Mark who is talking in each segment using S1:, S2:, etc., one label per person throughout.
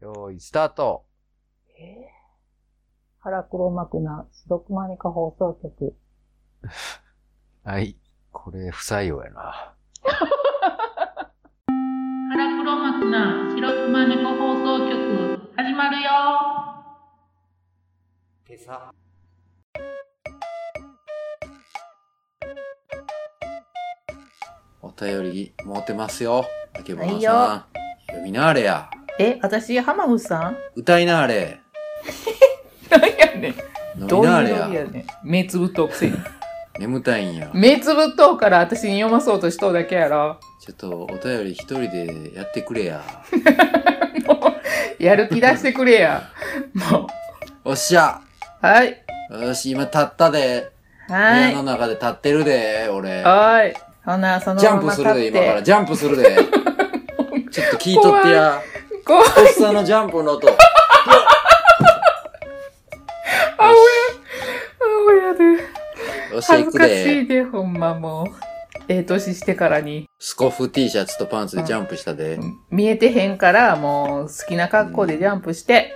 S1: よーい、スタート
S2: えー、腹黒幕な、しどくまにか放送局。
S1: はい。これ、不採用やな。
S3: 腹黒幕な白熊猫放送局始まるよ
S4: 今朝お便り持ってますよ竹本
S2: は
S4: さん読みなあれや
S2: え、私、浜口さん
S4: 歌いなあれ
S2: 何やねん。
S4: 飲
S2: ど
S4: み
S2: う
S4: なあれ
S2: いうの
S4: や
S2: やねん。目つぶっとうくせに。
S4: 眠たいんや
S2: 目つぶっとうから私に読まそうとしとうだけやろ。
S4: ちょっとお便り一人でやってくれや
S2: もうやる気出してくれや。も
S4: おっしゃ
S2: う。はい。
S4: よし今立ったで部
S2: は
S4: 屋
S2: い
S4: の。中で立ってるで俺
S2: はい。ほな、その
S4: ジャン
S2: ま
S4: プ
S2: ます立
S4: る
S2: っ
S4: で
S2: て。
S4: 今からジャンプするで ちょっと聞いとってや
S2: 怖
S4: お
S2: い。
S4: っさんのジャンプの 音
S2: あおや、あおやで。
S4: よっしゃ
S2: 恥
S4: 行
S2: ず
S4: く
S2: か
S4: で
S2: しいで、ほんまもう。ええ年してからに。
S4: スコフ T シャツとパンツでジャンプしたで。
S2: 見えてへんから、もう好きな格好でジャンプして。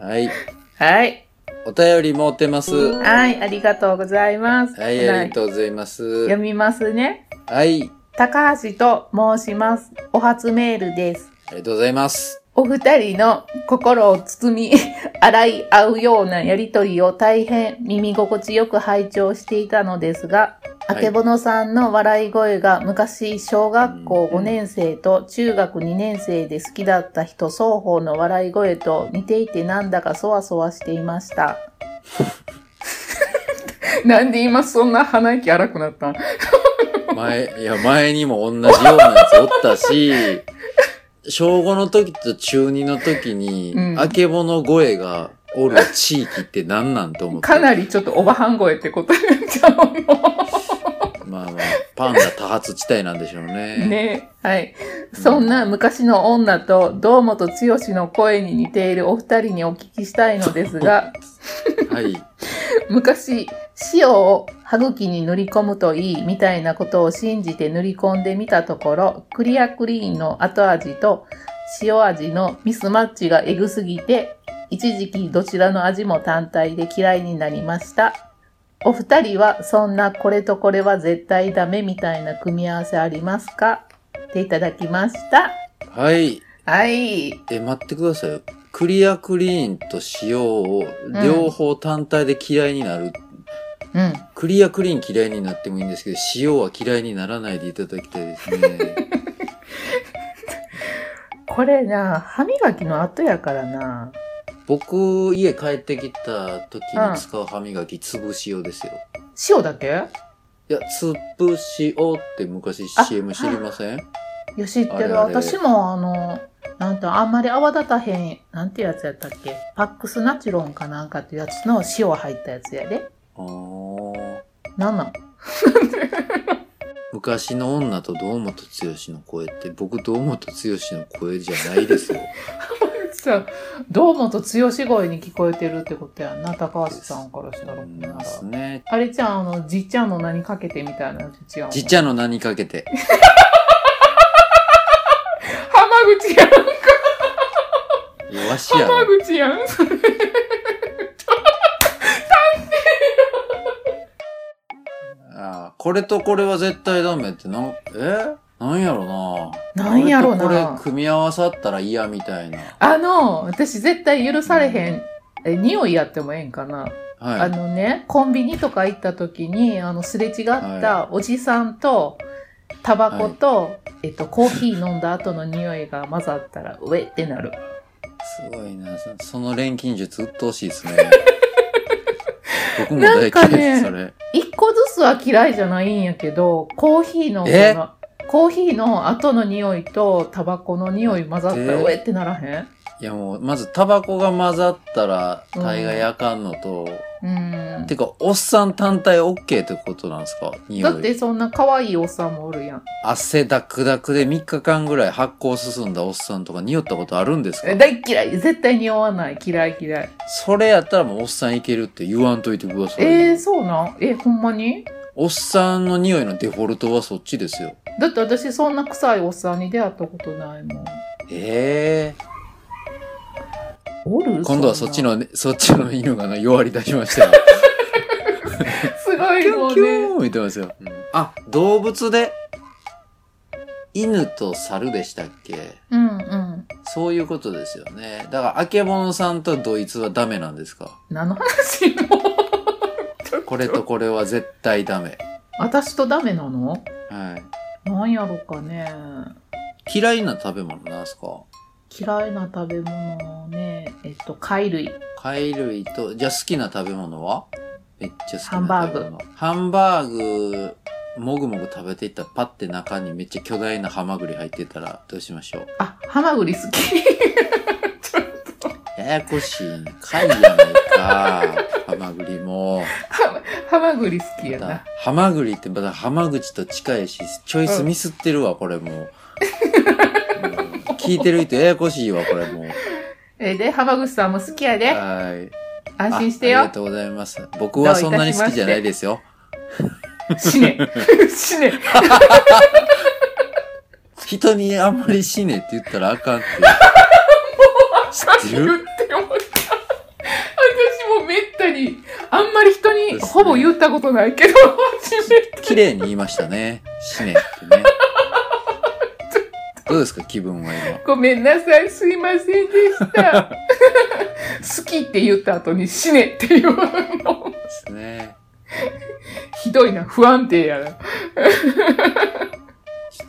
S4: はい。
S2: はい。
S4: お便り持ってます。は
S2: はい、ありがとうございます。
S4: い、ありがとうございま
S2: 読
S4: す。
S2: みますね。
S4: はい。
S2: 高橋と申します。お初メールです。
S4: ありがとうございます。
S2: お二人の心を包み、 洗い合うようなやりとりを大変耳心地よく拝聴していたのですが、
S4: はい
S2: あけぼのさんの笑い声が昔小学校5年生と中学2年生で好きだった人双方の笑い声と似ていてなんだかそわそわしていました。 なんで今そんな鼻息荒くなったん
S4: 前、いや、前にも同じようなやつおった し、小5の時と中2の時に、
S2: うん
S4: あけぼの声がおる地域って何なんと思って。
S2: かなりちょっとおばはん声ってことになっちゃうも
S4: まあまあ、パンが多発地帯なんでしょう
S2: ん
S4: ね。
S2: ね。はい。そんな昔の女と堂本剛の声に似ているお二人にお聞きしたいのですが、
S4: はい。
S2: 昔、塩を歯茎に塗り込むといいみたいなことを信じて塗り込んでみたところ、クリアクリーンの後味と塩味のミスマッチがエグすぎて、一時期どちらの味も単体で嫌いになりました。お二人はそんなこれとこれは絶対ダメみたいな組み合わせありますかっていただきました。
S4: はい。
S2: はい。
S4: え、待ってくださいよ。クリアクリーンと塩を両方単体で嫌いになる。
S2: うん。
S4: クリアクリーン嫌いになってもいいんですけど、塩は嫌いにならないでいただきたいですね。
S2: これな、歯磨きの後やからな。
S4: 僕、家帰ってきた時
S2: うん
S4: に使う歯磨き、粒塩ですよ。
S2: 塩だけ
S4: いや、粒塩って昔 CM 知りません
S2: いや、知ってる。
S4: あれあれ
S2: 私も、あの、なんて、あんまり泡立たへん、なんてやつやったっけパックスナチュロンかなんかっていうやつの塩入ったやつやで。
S4: あー
S2: なんなん
S4: 昔の女と堂本剛の声って、僕堂本剛の声じゃないですよ。
S2: さ、堂本剛声に聞こえてるってことやんな、高橋さんからしたら。
S4: ますね。
S2: あれちゃん、あの、じっちゃんの何かけてみたいなやつ違うの
S4: じっちゃんの名にかけて。
S2: 浜口やん
S4: いやわしやろ。
S2: 浜口やんそれ。
S4: ああ、これとこれは絶対ダメってなん、えなんやろな
S2: なんやろな
S4: これとこれ組み合わさったら嫌みたいな。
S2: あの、私絶対許されへん。え、匂いやってもええんかなあ
S4: はい。
S2: のね、コンビニとか行った時に、あの、すれ違ったおじさんと、タバコと、えっと、コーヒー飲んだ後の匂いが混ざったら、うえってなる。
S4: すごいな。そその錬金術鬱陶しいですね。 僕も
S2: なん
S4: 大
S2: か
S4: 嫌い
S2: ね
S4: です、それ。
S2: 一個ずつは嫌いじゃないんやけど、コーヒーの、
S4: え
S2: そのコーヒーの後の匂いとタバコの匂い混ざったら、
S4: え
S2: うえってならへん
S4: いやもう、まずタバコが混ざったら、大概あかんのと、
S2: うん。
S4: てか、おっさん単体 OK ってことなんですか匂
S2: だっ
S4: い。
S2: てそんな可愛いおっさんもおるやん。
S4: 汗だくだくで3日間ぐらい発酵進んだおっさんとか匂ったことあるんですか
S2: え大嫌い。絶対匂わない。嫌い嫌い。
S4: それやったらもうおっさんいけるって言わんといてくださいよ。
S2: えー、そうなんえ、ほんまに
S4: おっさんの匂いのデフォルトはそっちですよ。
S2: だって私そんな臭いおっさんに出会ったことないもん。
S4: ええ
S2: おる
S4: 今度はそっち。のね、そっちの犬がな、弱り出しましたよ。
S2: そんなすご
S4: キ
S2: い
S4: ュ
S2: もう
S4: ンキ
S2: ね。
S4: ュン言ってますよ。あ、動物で、犬と猿でしたっけ
S2: うんうん。
S4: そういうことですよね。だから、あけぼのさんとドイツはダメなんですか
S2: 何の話も。
S4: これとこれは絶対ダメ。
S2: 私とダメなの
S4: はい。
S2: なんやろかね。
S4: 嫌いな食べ物なんですか
S2: 嫌いな食べ物ね。えっと、貝類。
S4: 貝類と、じゃあ好きな食べ物はめっちゃ好きな食べ物。
S2: ハンバー
S4: ハンバ
S2: グ。
S4: ーグ、もぐもぐ食べていったらパッて中にめっちゃ巨大なハマグリ入ってたらどうしましょう
S2: あ、ハマグリ好 き。ちょっと、
S4: ややこしいな。貝やない か。ハマグリも。
S2: ハハマグリ好き
S4: ま
S2: や
S4: た
S2: な。、
S4: ハマグリってまた浜口と近いし、チョイスミスってるわ、これもう。もう聞いてる人ややこしいわ、これもう。
S2: え、で、ハマグリさんも好きやで。
S4: はい。
S2: 安心して
S4: ああり
S2: よ
S4: が。とうございます。僕はそんなに好きじゃないですよ。
S2: 死ね。死ね。
S4: 人にあんまり死ねって言ったらあかんって。知って
S2: 言
S4: る
S2: って思った。私もめったに、あんまり人にほぼ言ったことない けど、初めて。
S4: 綺麗に言いましたね。死ねってね。どうですか、気分は今。
S2: ごめんなさい、すいませんで した。好きって言った後に死ねっていうの。
S4: ですね。
S2: ひどいな、不安定やな。
S4: ちょっ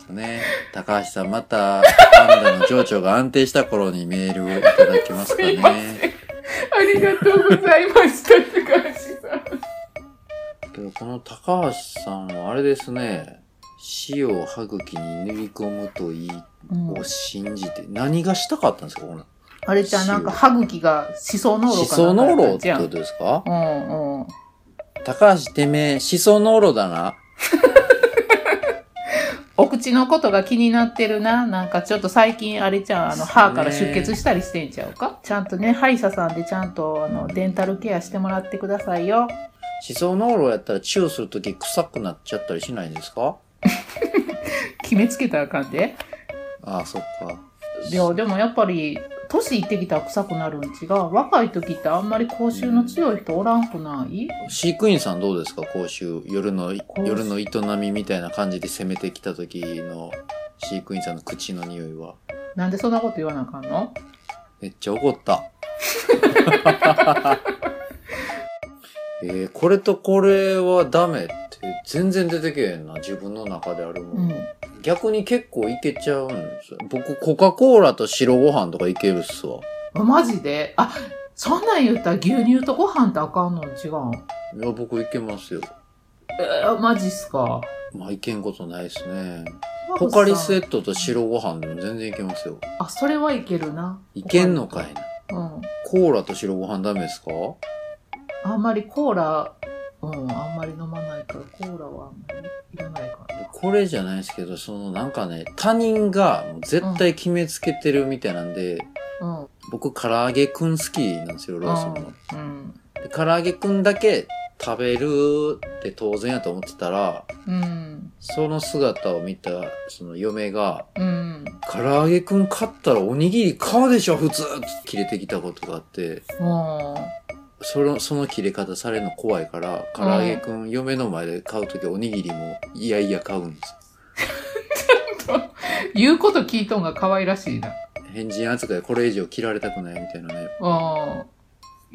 S4: とね、高橋さんまた、パンダの情緒が安定した頃にメールをいただけますか
S2: すいま
S4: ね。
S2: ありがとうございました、高橋さん。
S4: けどこの高橋さんはあれですね、死を歯茎に塗り込むといいを信じて、何がしたかったんですかこの
S2: あれじゃあなんか歯茎が思想濃
S4: 思
S2: 炉かな
S4: 想
S2: んか
S4: 濃
S2: やった
S4: 炉
S2: ん
S4: っ
S2: じ
S4: て
S2: ゃん
S4: ことですか
S2: うんうん。
S4: 高橋てめえ、思想濃炉だな。
S2: お口のことが気になってるな。なんかちょっと最近あれじゃん、あの、歯から出血したりしてんちゃうかちゃんとね、歯医者さんでちゃんと、あの、デンタルケアしてもらってください
S4: 思
S2: よ。
S4: 想濃炉やったらチューするとき臭くなっちゃったりしないんですか
S2: 決めつけたらあかんで。
S4: ああ、そっか。
S2: いや、でもやっぱり、年いってきたら臭くなるん違う。若い時ってあんまり口臭の強い人おらんくない
S4: 飼育員さんどうですか講習夜の
S2: 講習
S4: 夜の営みみたいな感じで攻めてきた時の飼育員さんの口の匂いは
S2: なんでそんなこと言わなあかんの
S4: めっちゃ怒った。 えー、これとこれはダメって全然出てけへんな自分の中であるも
S2: うん
S4: の、。逆に結構いけちゃうんですよ僕コカ・コーラと白ご飯とかいけるっすわ
S2: あマジであ、そんなん言ったら牛乳とご飯ってあかんの違うん。
S4: いや僕いけますよ
S2: えー、マジっすか。
S4: まあいけんことないですねポカリスエットと白ご飯でも全然いけますよ
S2: あ、それはいけるな。
S4: いけんのかいな
S2: うん。
S4: コーラと白ご飯ダメですか
S2: あんまりコーラ、うん、あんまり飲まないから、コーラはあんまりいらないから。
S4: これじゃないですけど、そのなんかね、他人がもう絶対決めつけてるみたいなんで、
S2: うん。う
S4: 僕唐揚げくん好きなんですよ、ローソンの。
S2: ん。
S4: で唐揚げくんだけ食べるって当然やと思ってたら、
S2: うん。
S4: その姿を見たその嫁が、
S2: うん。
S4: 唐揚げくん買ったらおにぎり買うでしょ、普通って切れてきたことがあって、
S2: うん。
S4: その、その切れ方されるの怖いから、唐揚げくん、嫁の前で買うときおにぎりもいやいや買うんですよ
S2: 言うこと聞いとんが可愛らしいな。
S4: 変人扱いこれ以上切られたくないみたいなね。
S2: うん。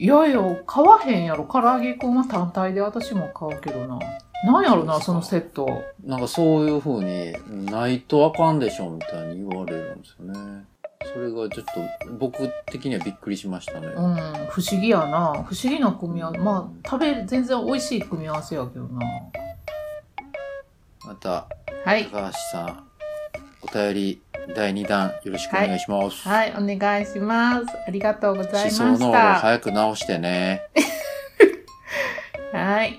S2: いやいや、買わへんやろ。唐揚げくんは単体で私も買うけどな。なんやろな、そのセット。
S4: なんかそういう風に、ないとあかんでしょみたいに言われるんですよね。それがちょっと僕的にはびっくりしましたね。
S2: うん、不思議やな。不思議な組み合わせ。まあ、食べ、全然美味しい組み合わせやけどな。
S4: また、
S2: はい。
S4: 高橋さん、お便り第2弾よろしくお願いします。
S2: はい、お願いします。ありがとうございま
S4: 思
S2: し
S4: 想
S2: た。
S4: の方を早く直してね。
S2: はい。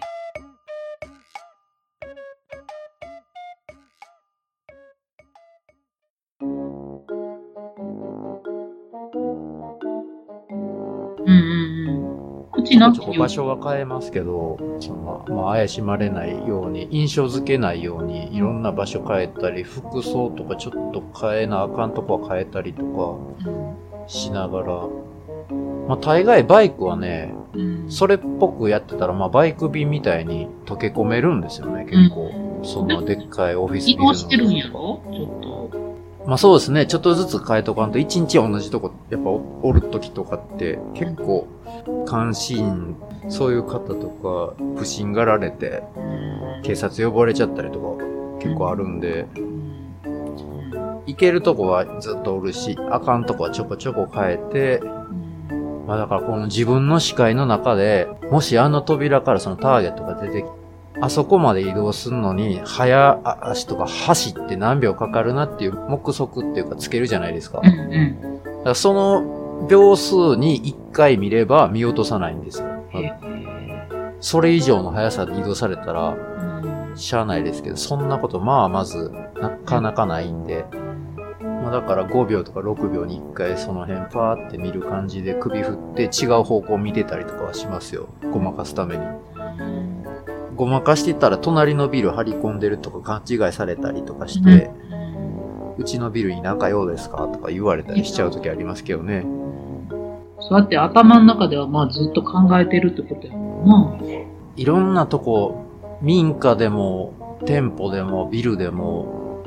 S3: うんうんうん。口の
S1: ちょこ場所は変えますけど、そのまあ、怪しまれないように、印象付けないように、いろんな場所変えたり、服装とかちょっと変えなあかんとこは変えたりとかしながら、
S4: まあ、大概バイクはね、
S2: うん
S4: それっぽくやってたら、まあ、バイク便みたいに溶け込めるんですよね、結構。そのでっかいオフィスビ
S5: 移
S4: ルの
S5: 動してるんやろちょっと。
S4: まあそうですね、ちょっとずつ変えとかんと、一日同じとこ、やっぱおおるときとかって、結構、関心、そういう方とか、不審がられて、警察呼ばれちゃったりとか、結構あるんで、行けるとこはずっとおるし、あかんとこはちょこちょこ変えて、まあだからこの自分の視界の中で、もしあの扉からそのターゲットが出てきあそこまで移動するのに、早足とか走って何秒かかるなっていう目測っていうかつけるじゃないですか。
S2: うん
S4: だからその秒数に1回見れば見落とさないんですよ。それ以上の速さで移動されたら、しゃあないですけど、そんなことまあまずなかなかないんで、まあ、だから5秒とか6秒に1回その辺パーって見る感じで首振って違う方向見てたりとかはしますよ。ごまかすために。ごまかしてたら隣のビル張り込んでるとか勘違いされたりとかして、うちのビルになんか用ですかとか言われたりしちゃう時ありますけどね。
S5: そうやって頭の中ではまあずっと考えてるってことやもん
S4: いろんなとこ、民家でも、店舗でも、ビルでも、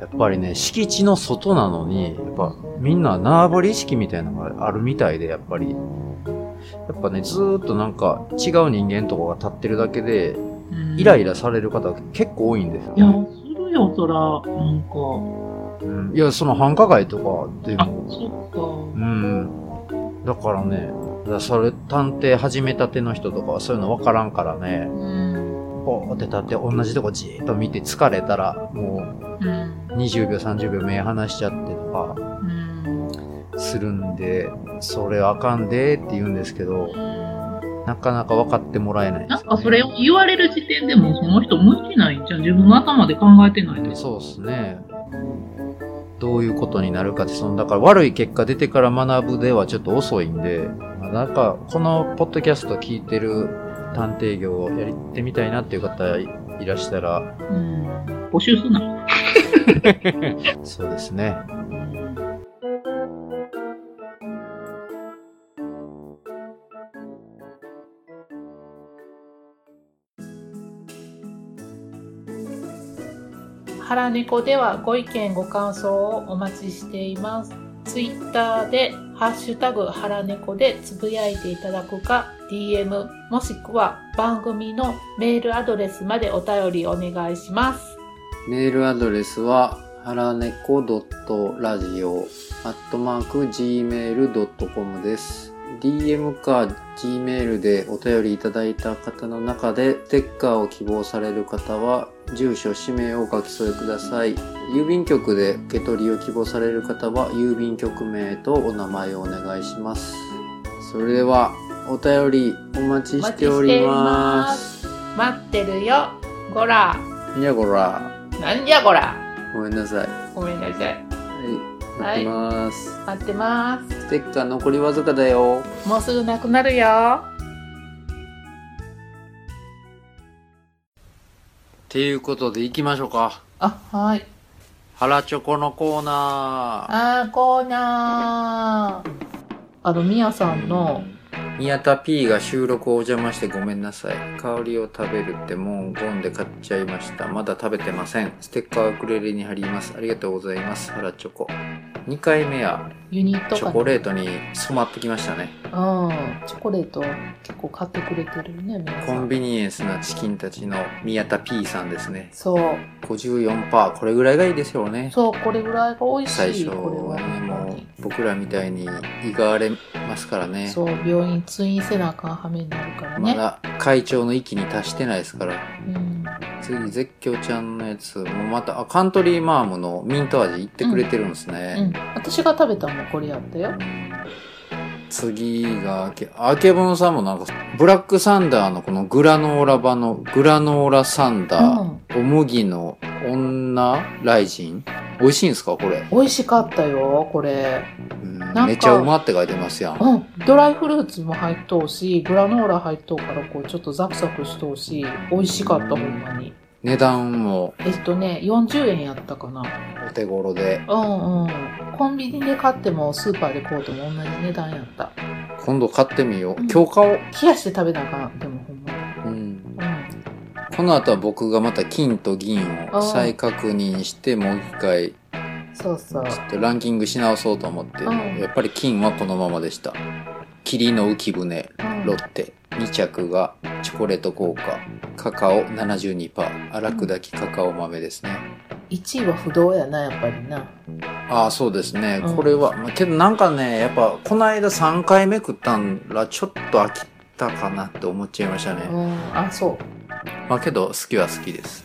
S4: やっぱりね、敷地の外なのに、やっぱみんな縄張り意識みたいなのがあるみたいで、やっぱり。やっぱね、ずーっとなんか違う人間とかが立ってるだけで、
S5: な。
S4: イライラされる方が結構多いんですよ
S5: いや、
S4: ね。
S5: するよ、そら、なんか。
S4: うんいや、その繁華街とかで
S5: あ
S4: も、、
S5: そ
S4: うん。だからね、だからそれ探偵始めたての人とかはそういうの分からんからね、
S5: っか。うん。
S4: ポーって立って同じとこじーっと見て疲れたら
S5: う
S4: も
S5: ん
S4: う。20秒30秒目離しちゃってとかするんでそれあかんでって言うんですけどなかなか分かってもらえないんで
S5: な
S4: す
S5: ん
S4: よね
S5: かそれを言われる時点でもうその人向いてないんじゃん。自分の頭で考えてないです。
S4: そうですねどういうことになるかってそのだから悪い結果出てから学ぶではちょっと遅いんでまあなんかこのポッドキャスト聞いてる探偵業をやってみたいなっていう方いいらしたら
S5: うん。募集すな。
S4: そうですね
S2: ハラネコではご意見ご感想をお待ちしています。ツイッターでハッシュタグハラネコでつぶやいていただくか、DM もしくは番組のメールアドレスまでお便りお願いします。
S6: メールアドレスは、はらねこ .radio アットマーク gmail.com です。DM か Gmail でお便りいただいた方の中で、ステッカーを希望される方は、住所、氏名をお書き添えください。郵便局で受け取りを希望される方は、郵便局名とお名前をお願いします。それでは、お便りお待ちしております。
S2: 待ってるよ。ごら。
S6: にゃごら、
S2: なんじゃごら。
S6: ごめんなさい。
S2: ごめんなさい。
S6: はい、待ってます。
S2: 待ってま
S6: ステッカー残りわずかだよ。
S2: す。もうすぐなくなる
S6: っ
S2: よ。
S6: ていうことで行きましょうか。
S2: あ、はい。
S6: 腹チョコのコーナ
S2: あー、コーナー。あの、みやさんの、
S6: ー。宮田 P が収録をお邪魔してごめんなさい。香りを食べるって文言で買っちゃいました。まだ食べてません。ステッカーウクレレに貼ります。ありがとうございます。腹チョコ。2回目や
S2: ユニット
S6: チョコレートに染まってきましたね。
S2: うん、チョコレート結構買ってくれてるよね、皆
S6: コ
S2: さ
S6: ン
S2: ん。
S6: ビニエンスなチキンたちの宮田 P さんですね。
S2: そう、
S6: 54%。これぐらいがいいですよね。
S2: そう、これぐらいが美味しい。
S6: 最初
S2: これは
S6: はね
S2: 本当
S6: も
S2: に
S6: う僕らみたいに胃が荒れますからね
S2: そう、病院通院せなあかんはめになるか
S6: ま
S2: らね。
S6: だ会長の域に達してないですから
S2: うん、
S6: 次絶叫ちゃんのやつもまたあカントリーマームのミント味いってくれてるんです
S2: う
S6: ね、
S2: ん。私が食べたのこれやったよ。
S6: 次があけあけぼのさんもなんかブラックサンダーのこのグラノーラ版のグラノーラサンダー、お麦の女ライジン美味しいんですかこれ、
S2: うん。美味しかったよ、これ。
S6: うん
S2: か
S6: めちゃうまって書いてますやん
S2: うん。ドライフルーツも入っとうし、グラノーラ入っとうから、こう、ちょっとザクザクしとうし、美味しかった、ほんまに。
S4: 値段も
S2: えっとね、40円やったかな。
S4: お手頃で、
S2: うんうん。コンビニで買ってもスーパーで買うとも同じ値段やった。
S4: 今度買ってみよ
S2: うん
S4: う。強化を。
S2: 冷やして食べなあかん。でもほんまに。
S4: うん。
S2: うん。
S4: この後は僕がまた金と銀を再確認して、もう一回、ち
S2: そうそう。
S4: ょっとランキングし直そうと思って、
S2: うん
S4: やっぱり金はこのままでした。霧の浮き舟、
S2: うん
S4: ロッテ。2着がチョコレート効果。カカオ72%。荒砕きカカオ豆ですね。
S2: 1位は不動やな、やっぱりな。
S4: ああ、そうですね。
S2: うん
S4: これは、まあけどなんかね、やっぱ、この間3回目食ったんら、ちょっと飽きたかなって思っちゃいましたね。
S2: うん。あ、そう。
S4: まあけど、好きは好きです。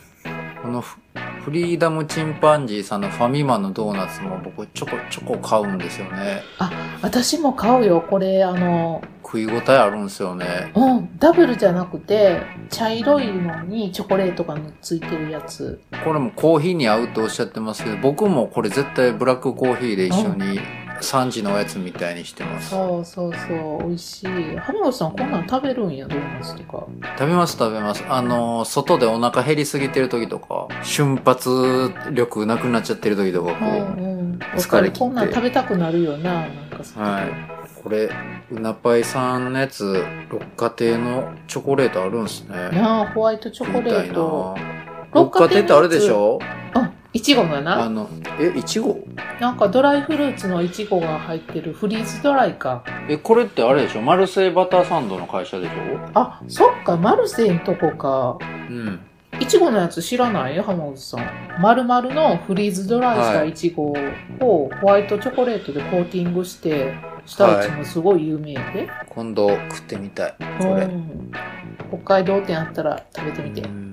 S4: このフ、フリーダムチンパンジーさんのファミマのドーナツも僕、ちょこちょこ買うんですよね。
S2: 私も買うよ。これ、あの、
S4: 食い応えあるんですよね。
S2: うん。ダブルじゃなくて、茶色いのにチョコレートがついてるやつ。
S4: これもコーヒーに合うとおっしゃってますけど、僕もこれ絶対ブラックコーヒーで一緒に3時のおやつみたいにしてます。
S2: そうそうそう。美味しい。浜口さん、こんなん食べるんや。ドーナツとか。
S4: 食べます食べます。あのー、外でお腹減りすぎてる時とか、瞬発力なくなっちゃってる時とか、こ
S2: う
S4: う、
S2: んうん。
S4: 疲れ切って
S2: こんなん食べたくなるよな。なんかそう
S4: はい。これ、うなぱいさんのやつ、六花亭のチョコレートあるんすね。
S2: なあ、ホワイトチョコ
S4: み
S2: レ
S4: たい
S2: ー
S4: な
S2: ト。。
S4: 六花亭ってあれでしょ
S2: うん。いちごのや
S4: あ
S2: な。
S4: の、え、いちご
S2: なんかドライフルーツのいちごが入ってるフリーズドライか。
S4: え、これってあれでしょマルセイバターサンドの会社でしょ
S2: あ、そっか、マルセイのとこか。
S4: うん。
S2: いちごのやつ知らない浜口さん。丸々のフリーズドライした
S4: はい
S2: いちごをホワイトチョコレートでコーティングして、下味もすごい有名やで。
S4: 今度食ってみたい。こ
S2: う
S4: れ。
S2: ん。北海道店あったら食べてみて
S4: う。ん